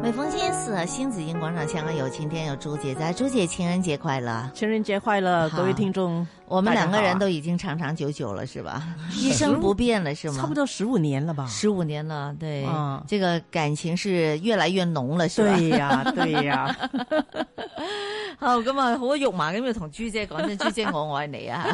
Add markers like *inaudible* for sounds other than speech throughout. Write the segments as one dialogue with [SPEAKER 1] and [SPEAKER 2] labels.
[SPEAKER 1] 每逢星期四，新紫金广场香港有晴天，有朱姐在。朱姐，情人节快乐！
[SPEAKER 2] 情人节快乐，
[SPEAKER 1] 好
[SPEAKER 2] 各位听众，
[SPEAKER 1] 我们两个人
[SPEAKER 2] 大家好啊
[SPEAKER 1] 都已经长长久久了，是吧？一生不变了，是吗？
[SPEAKER 2] 差不多十五年了吧？
[SPEAKER 1] 十五年了，对，
[SPEAKER 2] 嗯
[SPEAKER 1] 这个感情是越来越浓了，是吧？ *laughs*
[SPEAKER 2] 对呀、對对呀、 *laughs*
[SPEAKER 1] 好，咁啊，好肉麻咁要同朱姐講聲，朱姐我愛你
[SPEAKER 2] *laughs*
[SPEAKER 1] 啊，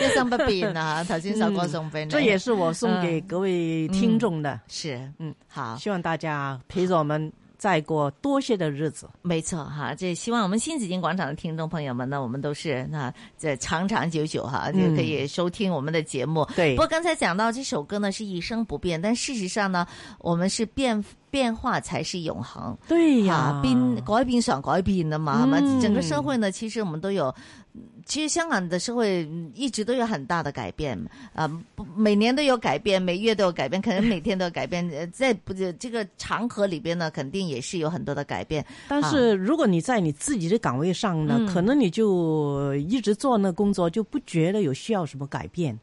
[SPEAKER 1] 一生不變啊！頭先首歌送俾你，
[SPEAKER 2] 嗯这也是我送给各位听众的，
[SPEAKER 1] 是
[SPEAKER 2] 嗯，
[SPEAKER 1] 好，
[SPEAKER 2] 希望大家陪着我们再过多些的日子。
[SPEAKER 1] 没错哈，这希望我们新紫金广场的听众朋友们呢，我们都是那这长长久久哈，就
[SPEAKER 2] 嗯
[SPEAKER 1] 可以收听我们的节目。
[SPEAKER 2] 对
[SPEAKER 1] 不过刚才讲到这首歌呢是一生不变，但事实上呢，我们是变变化才是永恒。
[SPEAKER 2] 对呀、
[SPEAKER 1] 啊，变改变上改变的嘛，好吗？
[SPEAKER 2] 嗯
[SPEAKER 1] 整个社会呢，其实我们都有，其实香港的社会嗯一直都有很大的改变啊、不每年都有改变，每月都有改变，可能每天都有改变。呃，在不这个长河里边呢，肯定也是有很多的改变。
[SPEAKER 2] 但是如果你在你自己的岗位上呢，
[SPEAKER 1] 嗯
[SPEAKER 2] 可能你就一直做那工作，就不觉得有需要什么改变，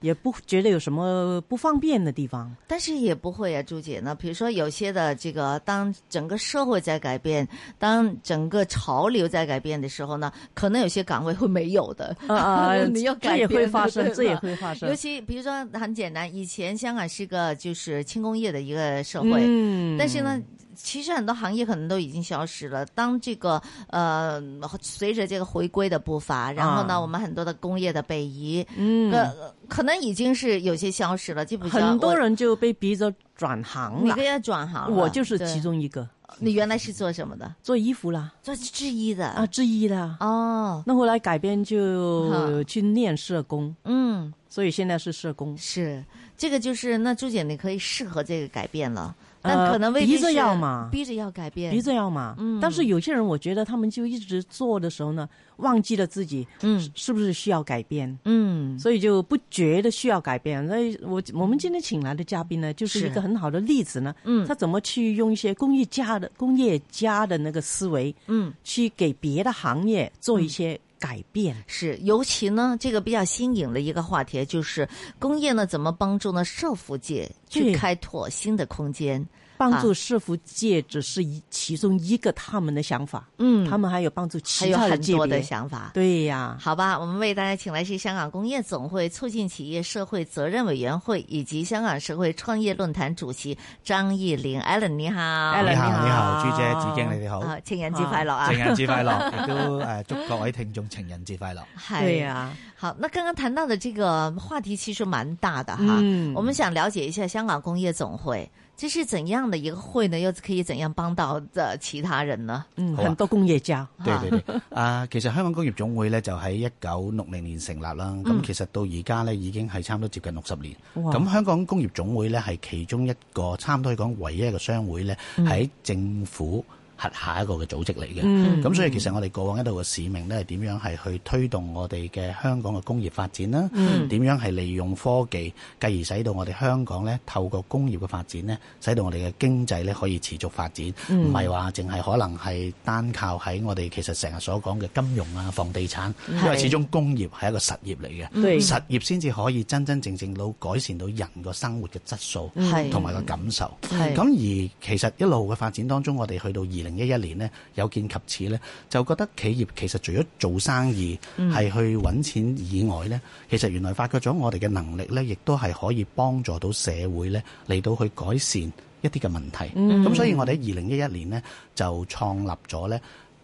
[SPEAKER 2] 也不觉得有什么不方便的地 *laughs* 方。
[SPEAKER 1] 但是也不会啊，朱姐呢。比如说有些的这个，当整个社会在改变，当整个潮流在改变的时候呢，可能有些岗位会没有的。
[SPEAKER 2] 啊
[SPEAKER 1] 你要
[SPEAKER 2] *laughs* 这
[SPEAKER 1] 改
[SPEAKER 2] 也
[SPEAKER 1] 变
[SPEAKER 2] 会 *laughs* 发生
[SPEAKER 1] 对，吧
[SPEAKER 2] 这也会发生
[SPEAKER 1] 尤。其比如说很简单，以前香港是个就是轻工业的一个社会，
[SPEAKER 2] 嗯
[SPEAKER 1] 但是呢，其实很多行业可能都已经消失了。当这个呃，随着这个回归的步伐，然后呢，
[SPEAKER 2] 啊
[SPEAKER 1] 我们很多的工业的北移，
[SPEAKER 2] 嗯，
[SPEAKER 1] 呃，可能已经是有些消失了，就比较
[SPEAKER 2] 很多
[SPEAKER 1] 我
[SPEAKER 2] 人就被逼着转行
[SPEAKER 1] 你
[SPEAKER 2] 了啊
[SPEAKER 1] 跟。要转行了，
[SPEAKER 2] 我就是
[SPEAKER 1] 对
[SPEAKER 2] 其。中一个，
[SPEAKER 1] 你原来是做什么的？
[SPEAKER 2] 做衣服啦
[SPEAKER 1] 做制衣的
[SPEAKER 2] 啊之一啦。
[SPEAKER 1] 哦，
[SPEAKER 2] 那后来改编
[SPEAKER 1] 哈
[SPEAKER 2] 就去念社工，
[SPEAKER 1] 嗯，
[SPEAKER 2] 所以现在是社工。
[SPEAKER 1] 是这个就是那朱姐，你可以适合这个改变了，
[SPEAKER 2] 呃
[SPEAKER 1] 但可能未必
[SPEAKER 2] 逼着
[SPEAKER 1] 是
[SPEAKER 2] 要嘛
[SPEAKER 1] 逼着要改变，
[SPEAKER 2] 比这样嘛，
[SPEAKER 1] 嗯
[SPEAKER 2] 但是有些人我觉得他们就一直做的时候呢，忘记了自己
[SPEAKER 1] 嗯
[SPEAKER 2] 是不是需要改变，
[SPEAKER 1] 嗯，
[SPEAKER 2] 所以就不觉得需要改变。所以我我们今天请来的嘉宾呢，就是
[SPEAKER 1] 是
[SPEAKER 2] 一个很好的例子呢，
[SPEAKER 1] 嗯
[SPEAKER 2] 他怎么去用一些工业家的工业家的那个思维，
[SPEAKER 1] 嗯。
[SPEAKER 2] 去给别的行业做一些改变。
[SPEAKER 1] 是，尤其呢，这个比较新颖的一个话题就是工业呢怎么帮助呢社福界去
[SPEAKER 2] 对
[SPEAKER 1] 开拓新的空间。
[SPEAKER 2] 帮助社福界只是一其中一个他们的想法，
[SPEAKER 1] 嗯，
[SPEAKER 2] 他们还有帮助
[SPEAKER 1] 还
[SPEAKER 2] 其
[SPEAKER 1] 有
[SPEAKER 2] 他的
[SPEAKER 1] 很
[SPEAKER 2] 界
[SPEAKER 1] 多的
[SPEAKER 2] 别。
[SPEAKER 1] 想法。
[SPEAKER 2] 对呀、
[SPEAKER 1] 好吧，我们为大家请来是香港工业总会促进企业社会责任委员会以及香港社会创业论坛主席张义林 Alan，你好
[SPEAKER 2] Alan，
[SPEAKER 3] 你
[SPEAKER 2] 你好
[SPEAKER 3] 好，你好，朱姐、子敬，你哋好，
[SPEAKER 1] 啊，情人节快乐啊！
[SPEAKER 3] 情人節快樂，亦都诶祝各位聽眾情人節快樂。
[SPEAKER 1] 嗨
[SPEAKER 2] 对呀、
[SPEAKER 1] 好，那刚刚谈到的这个话题其实蛮大的哈，
[SPEAKER 2] 嗯
[SPEAKER 1] 我们想了解一下香港工业总会，这是怎样的一个会呢？又可以怎样帮到的其他人呢？
[SPEAKER 2] 嗯，
[SPEAKER 3] 好啊
[SPEAKER 2] 很多工业家，
[SPEAKER 3] 對
[SPEAKER 1] 啊
[SPEAKER 3] 對對，啊，其實香港工業總會咧就喺一九六零年成立啦，咁其實到而家咧已經係差唔多接近六十年。
[SPEAKER 2] 嗯哇
[SPEAKER 3] 咁香港工業總會咧係其中一個差唔多可以講唯一一個商會咧喺政府。轄下一個嘅組織嚟嘅，
[SPEAKER 2] 嗯
[SPEAKER 3] 咁、所以其實我哋過往一度嘅使命咧係點樣係去推動我哋嘅香港嘅工業發展啦，
[SPEAKER 1] 嗯
[SPEAKER 3] 點樣係利用科技，繼而使到我哋香港咧透過工業嘅發展咧，使到我哋嘅經濟咧可以持續發展，
[SPEAKER 1] 嗯
[SPEAKER 3] 唔係話淨係可能係單靠喺我哋其實成日所講嘅金融啊、房地產，因為
[SPEAKER 1] 係
[SPEAKER 3] 始終工業係一個實業嚟嘅，
[SPEAKER 2] 對
[SPEAKER 3] 實業先至可以真真正正到改善到人個生活嘅質素
[SPEAKER 1] 嗯係，
[SPEAKER 3] 同埋個感受。
[SPEAKER 1] 係
[SPEAKER 3] 咁而其實一路嘅發展當中，我哋去到二零一一年呢，有見及此呢，就覺得企業其實除咗做生意
[SPEAKER 1] 嗯
[SPEAKER 3] 係去揾錢以外呢，其實原來發覺咗我哋嘅能力呢，亦都係可以幫助到社會呢嚟到去改善一啲嘅問題。咁、
[SPEAKER 1] 嗯
[SPEAKER 3] 所以我哋喺二零一一年呢，就創立咗呢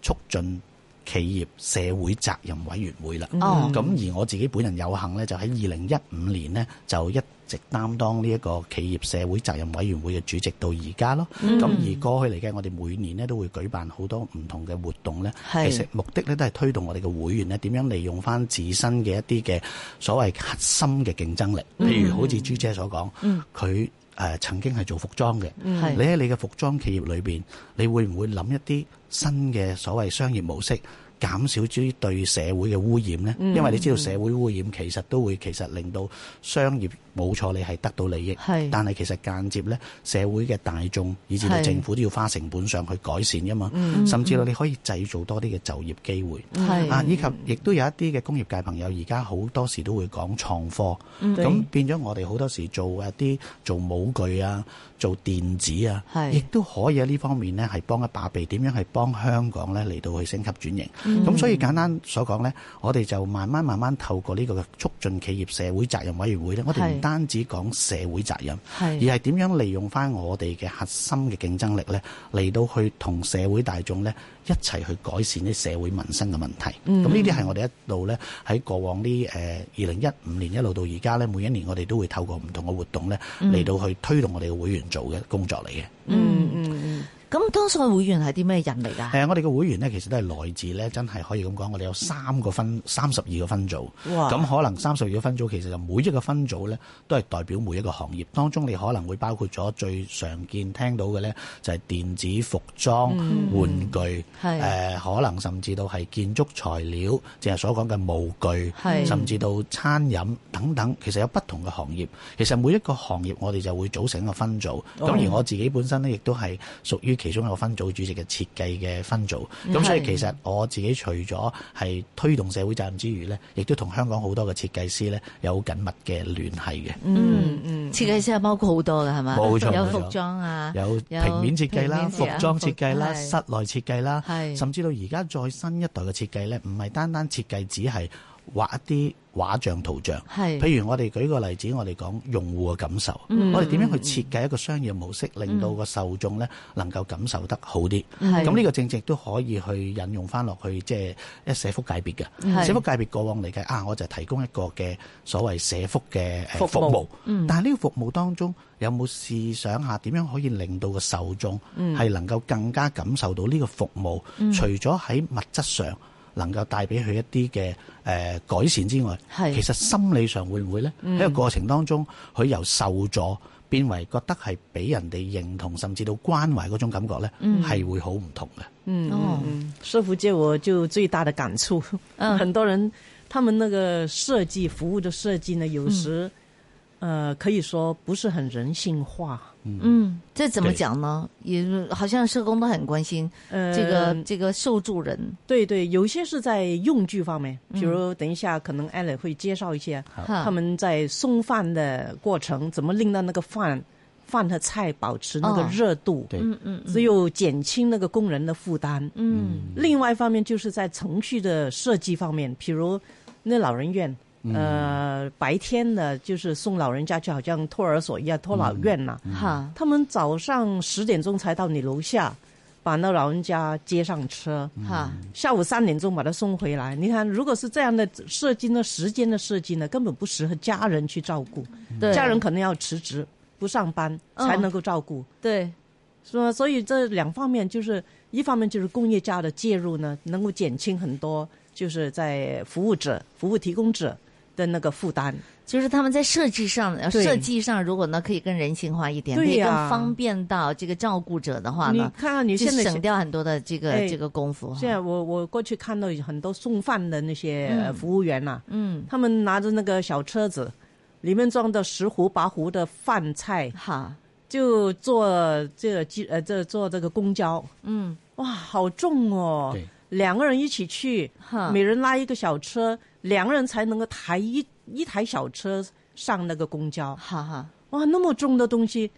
[SPEAKER 3] 促進企業社會責任委員會啦。
[SPEAKER 1] 哦
[SPEAKER 3] 咁而我自己本人有幸咧，就喺二零一五年呢，就一直擔當呢一個企業社會責任委員會嘅主席到而家咯。咁、而過去嚟嘅，我哋每年呢都會舉辦好多唔同嘅活動咧，
[SPEAKER 1] 係
[SPEAKER 3] 其實目的咧都係推動我哋嘅會員咧點樣利用翻自身嘅一啲嘅所謂核心嘅競爭力，
[SPEAKER 1] 嗯
[SPEAKER 3] 譬如好似朱姐所講，佢、誒曾經係做服裝嘅，
[SPEAKER 1] 嗯係
[SPEAKER 3] 你喺你嘅服裝企業裏邊，你會唔會諗一啲新嘅所謂商業模式，減少啲
[SPEAKER 1] 嗯
[SPEAKER 3] 對社會嘅污染呢？因為你知道社會污染其實都會其實令到商業冇錯你係得到利益
[SPEAKER 1] 係，
[SPEAKER 3] 但係其實間接咧社會嘅大眾以至到
[SPEAKER 1] 係嗯
[SPEAKER 3] 政府都要花成本上去改善噶嘛，甚至到你可以製造多啲嘅就業機會。
[SPEAKER 1] 係
[SPEAKER 3] 啊，以及亦都有一啲嘅工業界朋友，而家好多時都會講創科，
[SPEAKER 1] 嗯
[SPEAKER 2] 對
[SPEAKER 3] 咁變咗我哋好多時做一啲做模具啊，做電子啊，
[SPEAKER 1] 係
[SPEAKER 3] 亦都可以喺呢方面呢係幫一把臂，點樣係幫香港呢嚟到去升級轉型。
[SPEAKER 1] 嗯
[SPEAKER 3] 咁所以簡單所講呢，我哋就慢慢慢慢透過呢個嘅促進企業社會責任委員會呢，我哋
[SPEAKER 1] 係
[SPEAKER 3] 唔單止講社會責任。
[SPEAKER 1] 係
[SPEAKER 3] 而係點樣利用翻我哋嘅核心嘅競爭力咧，嚟到去同社會大眾咧一齊去改善啲社會民生嘅問題。咁呢啲係我哋一路咧喺過往呢誒二零一五年一路到而家咧，每一年我哋都會透過唔同嘅活動咧嚟到去推動我哋嘅會員做嘅工作嚟嘅。
[SPEAKER 1] 嗯嗯嗯。咁多數嘅會員係啲咩人
[SPEAKER 3] 誒、
[SPEAKER 1] 嚟㗎？
[SPEAKER 3] 啊我哋嘅會員咧，其實都係來自咧，真係可以咁講，我哋有三個分，三十二個分組。
[SPEAKER 2] 哇
[SPEAKER 3] 咁可能三十二個分組，其實就每一個分組咧，都係代表每一個行業。當中你可能會包括咗最常見聽到嘅咧，就係、電子服
[SPEAKER 2] 嗯
[SPEAKER 3] 裝、玩具，
[SPEAKER 1] 係
[SPEAKER 3] 呃可能甚至到係建築材料，淨係所講嘅模具，
[SPEAKER 1] 係
[SPEAKER 3] 甚至到餐飲等等。其實有不同嘅行業，其實每一個行業我哋就會組成一個分組。
[SPEAKER 1] 哦
[SPEAKER 3] 咁、而我自己本身咧，亦都係屬於其中一個分組主席嘅設計嘅分組。咁所以
[SPEAKER 1] 係
[SPEAKER 3] 其實我自己除咗係推動社會責任之餘咧，亦都同香港好多嘅設計師咧有好緊密嘅聯繫嘅。
[SPEAKER 1] 嗯嗯，設計師係包括好多㗎係嘛？
[SPEAKER 3] 冇錯
[SPEAKER 1] 有
[SPEAKER 3] 冇錯
[SPEAKER 1] 服裝啊，
[SPEAKER 3] 有平面設計啦、
[SPEAKER 1] 平面
[SPEAKER 3] 服
[SPEAKER 1] 設計啊
[SPEAKER 3] 裝設計啦、
[SPEAKER 1] 係
[SPEAKER 3] 室內設計啦，
[SPEAKER 1] 係
[SPEAKER 3] 甚至到而家再新一代嘅設計咧，唔係單單設計只係畫一啲畫像圖像。
[SPEAKER 1] 係
[SPEAKER 3] 譬如我哋舉個例子，我哋講用戶嘅感受，我哋點樣去設計一個商業模式，令到個受眾咧能夠感受得好啲。
[SPEAKER 1] 係
[SPEAKER 3] 咁呢個正正都可以去引用翻落去，即係一社福界別
[SPEAKER 1] 係
[SPEAKER 3] 嘅社福界別過往嚟計啊，我就提供一個嘅所謂社福嘅呃
[SPEAKER 2] 服務
[SPEAKER 3] 服務。但係呢個服務當中有冇試想下點樣可以令到個受眾係能夠更加感受到呢個服務？除咗喺物質上能夠帶俾佢一啲嘅誒改善之外，
[SPEAKER 1] 係
[SPEAKER 3] 其實心理上會唔會呢？喺個過程當中，佢由受助變為覺得係俾人哋認同，甚至到關懷嗰種感覺呢，係會好唔同嘅。
[SPEAKER 1] 哦，
[SPEAKER 2] 社福界我就最大的感触，
[SPEAKER 1] 嗯
[SPEAKER 2] 很多人他们那个设计服务的设计呢，有时、呃可以说不是很人性化。
[SPEAKER 1] 嗯，这怎么
[SPEAKER 3] 对
[SPEAKER 1] 讲呢？也好像社工都很关心
[SPEAKER 2] 呃，
[SPEAKER 1] 这个、这个受助人，
[SPEAKER 2] 对对，有些是在用具方面，比如等一下可能艾蕾会介绍一些，
[SPEAKER 1] 哈
[SPEAKER 2] 他们在送饭的过程怎么令到那个饭饭和菜保持那个
[SPEAKER 1] 哦
[SPEAKER 2] 热度，
[SPEAKER 3] 對，
[SPEAKER 2] 只有减轻那个工人的负担。
[SPEAKER 1] 嗯
[SPEAKER 2] 另外一方面就是在程序的设计方面，比如那老人院，呃，白天呢就是送老人家去，好像托儿所一样，托老院呐、
[SPEAKER 1] 哈
[SPEAKER 2] 他们早上十点钟才到你楼下，把那老人家接上车，
[SPEAKER 1] 哈，
[SPEAKER 2] 下午三点钟把他送回来。你看，如果是这样的设计呢，时间的设计呢，根本不适合家人去照顾，
[SPEAKER 1] 对
[SPEAKER 2] 嗯家人可能要辞职不上班
[SPEAKER 1] 嗯
[SPEAKER 2] 才能够照顾。
[SPEAKER 1] 对
[SPEAKER 2] 是吧？所以这两方面就是，一方面就是工业家的介入呢，能够减轻很多，就是在服务者、服务提供者的那个负担。
[SPEAKER 1] 就是他们在设计上，呃
[SPEAKER 2] 对
[SPEAKER 1] 设计上如果呢可以更人性化一点，可
[SPEAKER 2] 对
[SPEAKER 1] 以更
[SPEAKER 2] 呀
[SPEAKER 1] 方便到这个照顾者的话
[SPEAKER 2] 你
[SPEAKER 1] 呢，
[SPEAKER 2] 看啊看你
[SPEAKER 1] 就
[SPEAKER 2] 现在
[SPEAKER 1] 省掉很多的这个、
[SPEAKER 2] 哎
[SPEAKER 1] 这个功夫哈。
[SPEAKER 2] 现在我我过去看到有很多送饭的那些呃服务员呐、
[SPEAKER 1] 嗯，
[SPEAKER 2] 他们拿着那个小车子，里面装的十壶八壶的饭菜，
[SPEAKER 1] 好，
[SPEAKER 2] 就坐这个机呃这坐这个公交，
[SPEAKER 1] 嗯，
[SPEAKER 2] 哇，好重哦
[SPEAKER 3] 对，
[SPEAKER 2] 两个人一起去，
[SPEAKER 1] 哈，
[SPEAKER 2] 每人拉一个小车，两个人才能够抬一一台小车上那个公交。
[SPEAKER 1] 哈哈，
[SPEAKER 2] 哇，那么重的东西，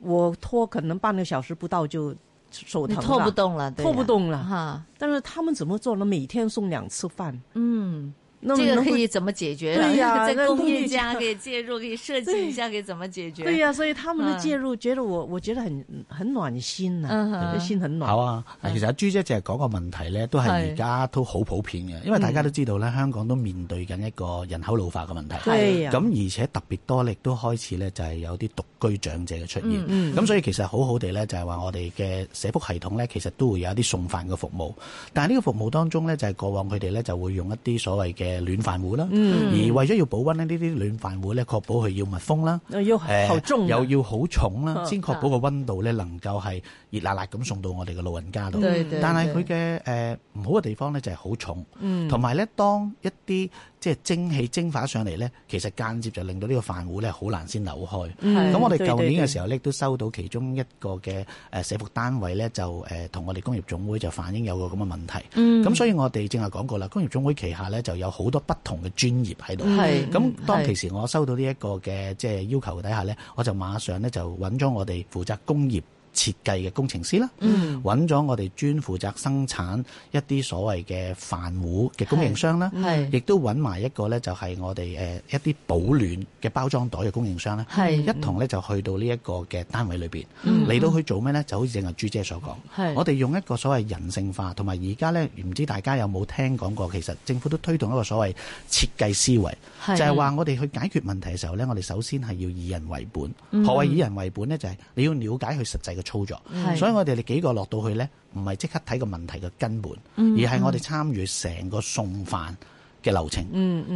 [SPEAKER 2] 我拖可能半个小时不到就手
[SPEAKER 1] 你
[SPEAKER 2] 疼了，
[SPEAKER 1] 拖不。动了，对呀
[SPEAKER 2] 拖不动了
[SPEAKER 1] 哈，
[SPEAKER 2] 但是他们怎么做呢？每天送两次饭，
[SPEAKER 1] 嗯。
[SPEAKER 2] 那么
[SPEAKER 1] 这个
[SPEAKER 2] 能
[SPEAKER 1] 可
[SPEAKER 2] 够
[SPEAKER 1] 以怎么解决？
[SPEAKER 2] 对呀
[SPEAKER 1] 在
[SPEAKER 2] 那
[SPEAKER 1] 工
[SPEAKER 2] 工
[SPEAKER 1] 业
[SPEAKER 2] 业
[SPEAKER 1] 家
[SPEAKER 2] 家
[SPEAKER 1] 给介入，给设计一下，给怎么解决？
[SPEAKER 2] 对呀、所以他们的
[SPEAKER 1] 嗯
[SPEAKER 2] 介入，觉得我我觉得很很暖心呐、
[SPEAKER 1] 嗯哼
[SPEAKER 2] 心很暖
[SPEAKER 3] 好。啊，
[SPEAKER 1] 嗯
[SPEAKER 3] 其實阿朱姐淨係講個問題咧，都係而家都好普遍嘅，因為大家都知道咧，香港都面對緊一個人口老化嘅問題。
[SPEAKER 1] 啊
[SPEAKER 2] 對呀
[SPEAKER 3] 咁而且特別多，亦都開始咧就係有啲獨居長者嘅出現。咁、
[SPEAKER 1] 嗯
[SPEAKER 3] 所以其實好好地咧，就係話我哋嘅社福系統咧，其實都會有一啲送飯嘅服務。但係呢個服務當中咧，就係、過往佢哋咧就會用一啲所謂嘅暖飯壺啦，
[SPEAKER 1] 嗯
[SPEAKER 2] 嗯
[SPEAKER 3] 而為咗要保温呢，呢啲暖飯壺咧確保佢要密封啦。
[SPEAKER 2] 要
[SPEAKER 3] 誒
[SPEAKER 2] 好重啊的
[SPEAKER 3] 又哎要好重啦，
[SPEAKER 2] 嗯
[SPEAKER 3] 先確保個温度咧能夠係熱辣辣咁送到我哋嘅老人家度。
[SPEAKER 2] 嗯
[SPEAKER 1] 對對
[SPEAKER 3] 但係佢嘅誒唔好嘅地方咧就係好重，
[SPEAKER 2] 嗯
[SPEAKER 3] 同埋咧當一啲即係蒸氣蒸發上嚟咧，其實間接就令到呢個飯壺咧好難先扭開。
[SPEAKER 2] 嗯
[SPEAKER 3] 咁我哋
[SPEAKER 2] 對
[SPEAKER 3] 舊
[SPEAKER 2] 對
[SPEAKER 3] 年
[SPEAKER 2] 對
[SPEAKER 3] 嘅時候咧，都收到其中一個嘅誒社服單位咧，就誒同我哋工業總會就反映有個咁嘅問題。咁、
[SPEAKER 2] 嗯
[SPEAKER 3] 所以我哋正話講過啦，工業總會旗下咧就有好多不同嘅專業喺度。
[SPEAKER 1] 係
[SPEAKER 3] 嗯咁當
[SPEAKER 1] 嗯係
[SPEAKER 3] 其時我收到呢一個嘅即係要求底下咧，我就馬上咧就揾咗我哋負責工業設計嘅工程師啦，
[SPEAKER 1] 嗯
[SPEAKER 3] 揾咗、我哋專負責生產一啲所謂嘅飯壺嘅供應商啦，
[SPEAKER 1] 係係
[SPEAKER 3] 亦都揾埋一個咧就係我哋誒一啲保暖嘅包裝袋嘅供應商啦。
[SPEAKER 1] 係嗯
[SPEAKER 3] 一同咧就去到呢一個嘅單位裏邊，嚟、到去做咩咧？就好似正係朱姐所
[SPEAKER 1] 係
[SPEAKER 3] 講，我哋用一個所謂人性化，同埋而家咧唔知大家有冇聽講過？其實政府都推動一個所謂設計思維，
[SPEAKER 1] 係
[SPEAKER 3] 就係話我哋去解決問題嘅時候咧，我哋首先係要以人為本。
[SPEAKER 1] 嗯
[SPEAKER 3] 何謂以人為本咧？就係、你要了解佢實際嘅操作。
[SPEAKER 1] 係
[SPEAKER 3] 嗯所以我哋哋幾個落到去咧，唔係即刻睇個問題嘅根本，
[SPEAKER 1] 嗯
[SPEAKER 3] 而係我哋參與成個送飯。嘅流程，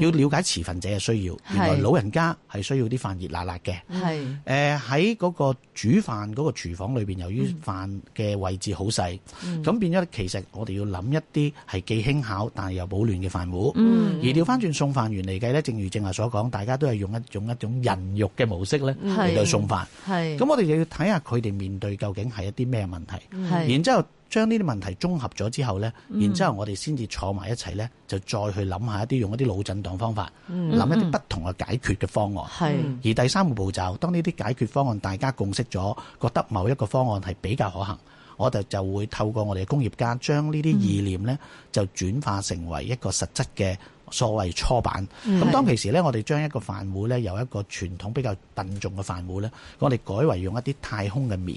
[SPEAKER 3] 要了解持份者嘅需要。原來
[SPEAKER 1] 嗯係
[SPEAKER 3] 老人家係需要啲飯熱辣辣嘅，
[SPEAKER 1] 係
[SPEAKER 3] 誒喺嗰個煮飯嗰個廚房裏邊，由於
[SPEAKER 1] 嗯
[SPEAKER 3] 飯嘅位置好細，咁、變咗其實我哋要諗一啲係既輕巧但係又保暖嘅飯壺。
[SPEAKER 1] 嗯
[SPEAKER 3] 而調翻轉送飯員嚟計咧，正如正話所講，大家都係用一種一種人肉嘅模式咧
[SPEAKER 1] 係
[SPEAKER 3] 嚟到送飯。
[SPEAKER 1] 係
[SPEAKER 3] 咁我哋就要睇下佢哋面對究竟係一啲咩問題，
[SPEAKER 1] 嗯係
[SPEAKER 3] 然之後將呢啲問題綜合咗之後呢，然之後我哋先至坐埋一齊呢，就再去諗下一啲用一啲腦震盪方法，諗一啲不同嘅解決嘅方案。
[SPEAKER 1] 係
[SPEAKER 3] 而第三個步驟，當呢啲解決方案大家共識咗，覺得某一個方案係比較可行，我哋就會透過我哋嘅工業家將呢啲意念呢，就轉化成為一個實質嘅所謂初版。咁當其時呢，我哋將一個飯壺呢，由一個傳統比較笨重嘅飯壺呢，我哋改為用一啲太空嘅棉。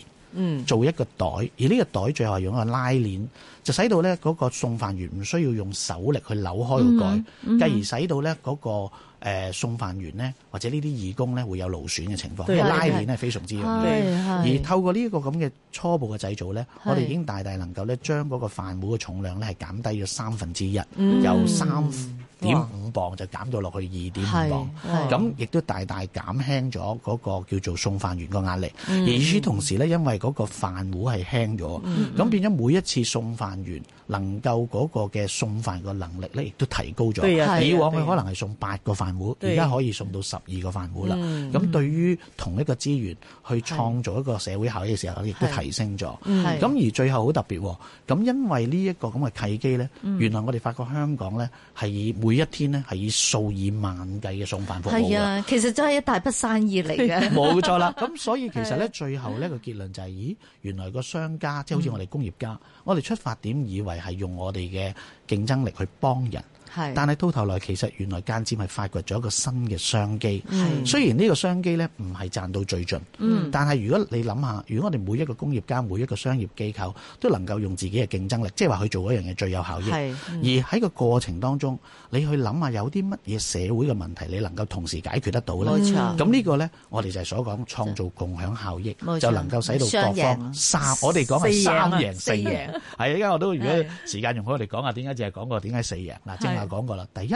[SPEAKER 3] 做一個袋，而呢個袋最後係用一個拉鏈，就使到呢嗰個送飯員唔需要用手力去扭開個蓋，繼而使到呢嗰個誒送飯員呢，或者呢啲義工呢會有勞損嘅情況，因
[SPEAKER 2] 對
[SPEAKER 3] 為拉鏈呢係非常之容易。而
[SPEAKER 1] 係
[SPEAKER 3] 透過呢一個咁嘅初步嘅製造呢，
[SPEAKER 1] 係
[SPEAKER 3] 我哋已經大大能夠呢將嗰個飯壺嘅重量呢係減低咗三分之一，
[SPEAKER 2] 嗯
[SPEAKER 3] 由三點五磅就減到落去二點
[SPEAKER 1] 係
[SPEAKER 3] 五磅。
[SPEAKER 2] 嗯
[SPEAKER 1] 係
[SPEAKER 3] 咁亦都大大減輕咗嗰個叫做送飯員個壓力。
[SPEAKER 2] 嗯
[SPEAKER 3] 而與此同時呢，因為嗰個飯壺係輕咗，
[SPEAKER 2] 嗯
[SPEAKER 3] 咁變咗每一次送飯員能夠嗰個嘅送飯個能力呢，亦都提高咗。
[SPEAKER 2] 對啊
[SPEAKER 1] 係啊
[SPEAKER 3] 以往
[SPEAKER 2] 對啊
[SPEAKER 3] 佢可能係送八個飯壺，
[SPEAKER 2] 對嗯
[SPEAKER 3] 而家可以送到十二個飯壺啦。咁對於同一個資源去創造一個社會效益嘅時候，亦都提升咗。
[SPEAKER 1] 係
[SPEAKER 3] 咁而最後好特別喎，咁因為呢一個咁嘅契機呢，原來我哋發覺香港呢係以每一天呢係以數以萬計嘅送飯服務
[SPEAKER 1] 係 *laughs*
[SPEAKER 3] 㗎。
[SPEAKER 1] 啊，其實真係一大筆生意嚟嘅。
[SPEAKER 3] 冇錯啦，咁所以其實咧，最後呢個結論就係、咦，原來個商家即係好似我哋工業家，我哋出發點以為係用我哋嘅競爭力去幫人，*laughs*
[SPEAKER 1] 係
[SPEAKER 3] 但係到頭來其實原來間接係發掘咗一個新嘅商機。
[SPEAKER 1] 嗯係嗯
[SPEAKER 3] 雖然呢個商機呢唔係賺到最盡，但係如果你諗下，如果我哋每一個工業家、每一個商業機構都能夠用自己嘅競爭力，即係話去做嗰樣嘢最有效益，
[SPEAKER 1] 係嗯
[SPEAKER 3] 而喺個過程當中，你去諗下有啲乜嘢社會嘅問題，你能夠同時解決得到呢？
[SPEAKER 1] 冇錯
[SPEAKER 3] 咁呢個呢，我哋就係所講創造共享效益
[SPEAKER 1] 冇錯，
[SPEAKER 3] 就能夠使到
[SPEAKER 1] 雙
[SPEAKER 3] 各
[SPEAKER 1] 贏
[SPEAKER 3] 方三，我哋講係
[SPEAKER 2] 四贏啊
[SPEAKER 3] 三贏四
[SPEAKER 2] 四
[SPEAKER 3] 贏
[SPEAKER 2] 贏。
[SPEAKER 3] *laughs* 係，依家我都如果
[SPEAKER 1] 係
[SPEAKER 3] 時間容許，我哋講下點解淨係講過點解四贏。嗱，正話
[SPEAKER 1] 係嗯
[SPEAKER 3] 講過啦，第一，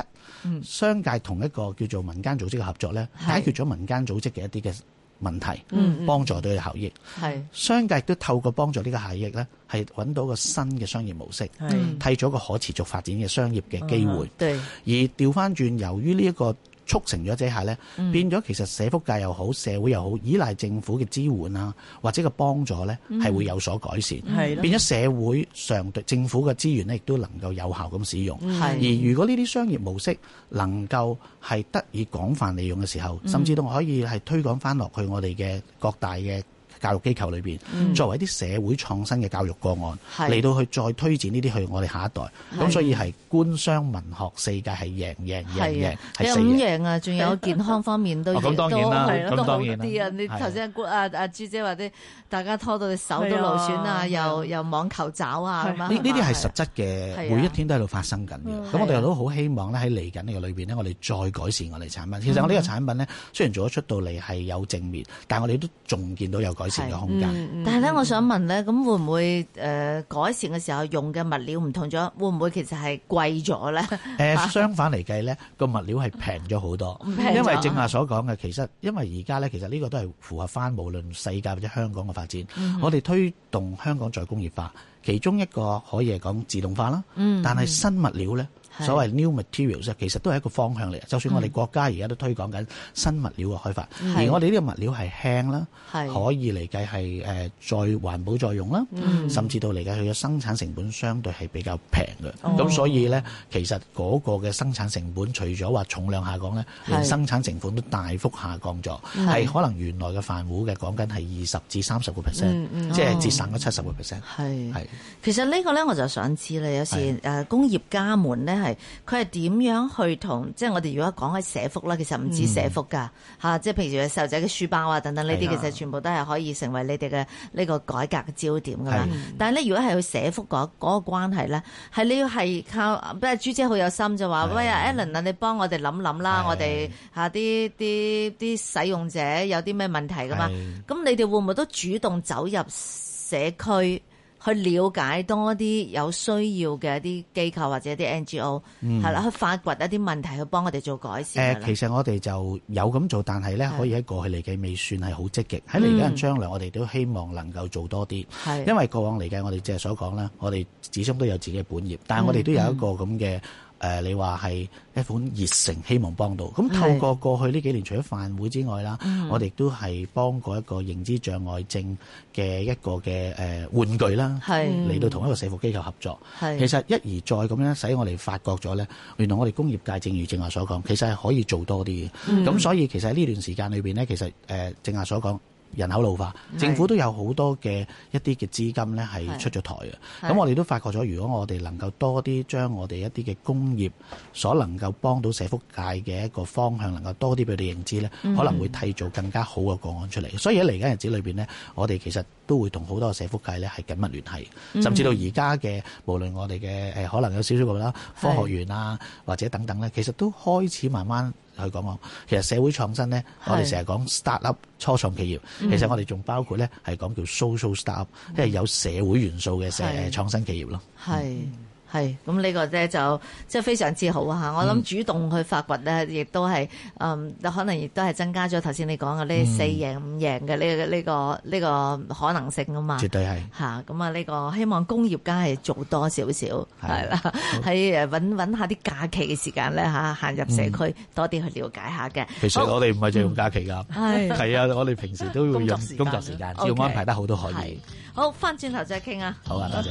[SPEAKER 3] 商界同一個叫做民間組織嘅合作咧，
[SPEAKER 1] 係嗯
[SPEAKER 3] 解決咗民間組織嘅一啲嘅問題，幫助到佢效益。
[SPEAKER 1] 係
[SPEAKER 3] 商界亦都透過幫助呢個效益咧，係揾到個新嘅商業模式，
[SPEAKER 2] 係
[SPEAKER 3] 替咗個可持續發展嘅商業嘅機會。
[SPEAKER 1] 嗯對
[SPEAKER 3] 而調翻轉，由於呢一個促成咗之下呢，
[SPEAKER 1] 嗯
[SPEAKER 3] 變咗其實社福界又好，社會又好，依賴政府嘅支援啊，或者個幫助呢，
[SPEAKER 1] 嗯
[SPEAKER 3] 係會有所改善，
[SPEAKER 2] 係咯
[SPEAKER 3] 變咗社會上對政府嘅資源呢，亦都能夠有效咁使
[SPEAKER 1] 嗯
[SPEAKER 3] 用。而
[SPEAKER 1] 係
[SPEAKER 3] 如果呢啲商業模式能夠係
[SPEAKER 1] 嗯
[SPEAKER 3] 得以廣泛利用嘅時候，甚至到可以係推廣翻落去我哋嘅各大嘅教育機構裏邊，作為一啲社會創新嘅教育個案，
[SPEAKER 1] 嗯係
[SPEAKER 3] 嚟到去再推薦呢啲去我哋下一代。
[SPEAKER 1] 係
[SPEAKER 3] 咁所以係官商文學四界係贏贏贏
[SPEAKER 1] 係
[SPEAKER 3] 贏
[SPEAKER 1] 啊，
[SPEAKER 3] 係
[SPEAKER 1] 有
[SPEAKER 3] 四
[SPEAKER 1] 五
[SPEAKER 3] 贏。
[SPEAKER 1] 樣啊，仲有健康方面都
[SPEAKER 4] 哦咁當然啦
[SPEAKER 1] 都好
[SPEAKER 4] 咁
[SPEAKER 1] 都好
[SPEAKER 4] 當然啦
[SPEAKER 1] 啲啊！你
[SPEAKER 3] 係啊
[SPEAKER 1] 頭先阿阿阿朱姐話啲大家拖到隻手都勞損啊，
[SPEAKER 2] 係啊
[SPEAKER 1] 又又網球爪啊咁
[SPEAKER 2] 係
[SPEAKER 1] 啊，
[SPEAKER 3] 呢呢啲
[SPEAKER 1] 嘛
[SPEAKER 3] 係實質嘅，
[SPEAKER 1] 係啊
[SPEAKER 3] 每一天都喺度發生緊
[SPEAKER 2] 嗯
[SPEAKER 3] 嘅。咁我
[SPEAKER 1] 係啊
[SPEAKER 3] 哋都好希望咧喺嚟緊呢個裏邊咧，我哋再改善我哋產品。
[SPEAKER 1] 嗯
[SPEAKER 3] 其實我呢個產品咧，雖然做咗出到嚟係有正面，但我哋都仲見到有改善嘅空
[SPEAKER 2] 嗯
[SPEAKER 3] 間。
[SPEAKER 1] 但係咧，我想問咧，咁會唔會誒、呃改善嘅時候用嘅物料唔同咗，會唔會其實係貴咗咧？
[SPEAKER 3] 誒、
[SPEAKER 1] 啊
[SPEAKER 3] 相反嚟計咧，個物料係平咗好多，
[SPEAKER 1] 平咗啊
[SPEAKER 3] 因
[SPEAKER 1] *laughs*
[SPEAKER 3] 為正話所講嘅，其實因為而家咧，其實呢個都係符合翻無論世界或者香港嘅發展。
[SPEAKER 1] 嗯
[SPEAKER 3] 我哋推動香港再工業化，其中一個可以係講自動化啦，
[SPEAKER 1] 嗯
[SPEAKER 3] 但係新物料咧。
[SPEAKER 1] 係
[SPEAKER 3] 所謂 new materials 呢其實都係一個方向嚟嘅，就算我哋國家而家都推廣緊新物料嘅開發，
[SPEAKER 1] 嗯
[SPEAKER 3] 而我哋呢個物料係輕啦，
[SPEAKER 1] 係
[SPEAKER 3] 可以嚟計係誒再環保再用啦，
[SPEAKER 1] 嗯
[SPEAKER 3] 甚至到嚟計佢嘅生產成本相對係比較平嘅，咁、所以咧其實嗰個嘅生產成本除咗話重量下降咧，連
[SPEAKER 1] 係
[SPEAKER 3] 生產成本都大幅下降咗，
[SPEAKER 1] 係
[SPEAKER 3] 係可能原來嘅飯糊嘅講緊係二十至三十個
[SPEAKER 2] 嗯
[SPEAKER 3] percent，
[SPEAKER 2] 嗯
[SPEAKER 3] 即
[SPEAKER 1] 哦
[SPEAKER 3] 係節省咗七十個 percent，
[SPEAKER 1] 係
[SPEAKER 3] 係。
[SPEAKER 1] 其實呢個咧，我就想知啦。有時誒
[SPEAKER 3] 係、
[SPEAKER 1] 呃工業家們咧，係佢係點樣去同即係我哋如果講起社福啦，其實唔止社福㗎嚇、吓即係譬如細路仔嘅書包啊等等呢啲，
[SPEAKER 3] 係啊
[SPEAKER 1] 其實全部都係可以成為你哋嘅呢個改革嘅焦點㗎啦
[SPEAKER 3] 係。
[SPEAKER 1] 但係咧，如果係去社福嗰嗰個關係咧，係你要係靠，不過朱姐好有心就話，
[SPEAKER 3] 係
[SPEAKER 1] 喂啊，Alan 啊，你幫我哋諗諗啦，
[SPEAKER 3] 係
[SPEAKER 1] 我哋嚇啲啲啲使用者有啲咩問題㗎嘛？
[SPEAKER 3] 係
[SPEAKER 1] 咁你啊哋會唔會都主動走入社區去了解多啲有需要嘅一啲機構或者一啲 NGO
[SPEAKER 3] 嗯
[SPEAKER 1] 係啦、去發掘一啲問題去幫我哋做改
[SPEAKER 3] 誒、
[SPEAKER 1] 善㗎啦
[SPEAKER 3] 其實我哋就有咁做，但係咧
[SPEAKER 1] 係
[SPEAKER 3] 可以喺過去嚟計未算係好積極。喺嚟緊嘅將來，我哋都希望能夠做多啲，
[SPEAKER 1] 係
[SPEAKER 3] 因為過往嚟計，我哋即係所講啦，我哋始終都有自己嘅本業，但係我哋都有一個咁嘅。誒、你話係一款熱誠，希望幫到。咁透過過去呢幾年，除咗飯會之外啦，我哋都係幫過一個認知障礙症嘅一個嘅誒、玩具啦，
[SPEAKER 1] 係
[SPEAKER 3] 嚟到同一個社服機構合作。
[SPEAKER 1] 係
[SPEAKER 3] 呃其實一而再咁樣使我哋發覺咗咧，原來我哋工業界正如正話所講，其實係可以做多啲嘅。咁、所以其實喺呢段時間裏邊咧，其實誒、呃、正話所講。人口老化，政府都有好多嘅一啲嘅資金咧係
[SPEAKER 1] 係
[SPEAKER 3] 出咗台嘅。
[SPEAKER 1] 係
[SPEAKER 3] 咁我哋都發覺咗，如果我哋能夠多啲將我哋一啲嘅工業所能夠幫到社福界嘅一個方向，能夠多啲俾佢哋認知咧，
[SPEAKER 1] 嗯
[SPEAKER 3] 可能會締造更加好嘅個案出嚟。所以喺嚟緊日子裏邊咧，我哋其實都會同好多嘅社福界咧係緊密聯繫，
[SPEAKER 1] 嗯
[SPEAKER 3] 甚至到而家嘅無論我哋嘅呃誒可能有少少個啦，科學園啊或者等等咧，其實都開始慢慢。去講講，其實社會創新咧，
[SPEAKER 1] 係
[SPEAKER 3] 我哋成日講 start up 初創企業，其實我哋仲包括咧係講叫 social start up，即係有社會元素嘅社
[SPEAKER 1] 係
[SPEAKER 3] 創新企業咯。
[SPEAKER 1] 係係咁呢個咧就即係非常之好啊！
[SPEAKER 3] 嗯
[SPEAKER 1] 我諗主動去發掘咧，亦都係嗯，可能亦都係增加咗頭先你講嘅呢
[SPEAKER 3] 嗯
[SPEAKER 1] 四贏五贏嘅呢個呢個呢個可能性啊嘛。
[SPEAKER 3] 絕對係。
[SPEAKER 1] 吓咁啊！呢個希望工業家係做多少少係
[SPEAKER 3] 係
[SPEAKER 1] 啦，喺誒揾揾下啲假期嘅時間咧吓，行入社區多啲去了解下嘅。
[SPEAKER 3] 嗯其實
[SPEAKER 1] 好
[SPEAKER 3] 我哋唔係淨用假期㗎，
[SPEAKER 1] 係
[SPEAKER 3] 係啊，我哋平時都會
[SPEAKER 1] 工作
[SPEAKER 3] 用
[SPEAKER 1] 時間
[SPEAKER 3] 工作時間，只
[SPEAKER 1] OK
[SPEAKER 3] 要安排得好都可以
[SPEAKER 1] 係。好，翻轉頭再傾啊！
[SPEAKER 3] 好啊，多謝。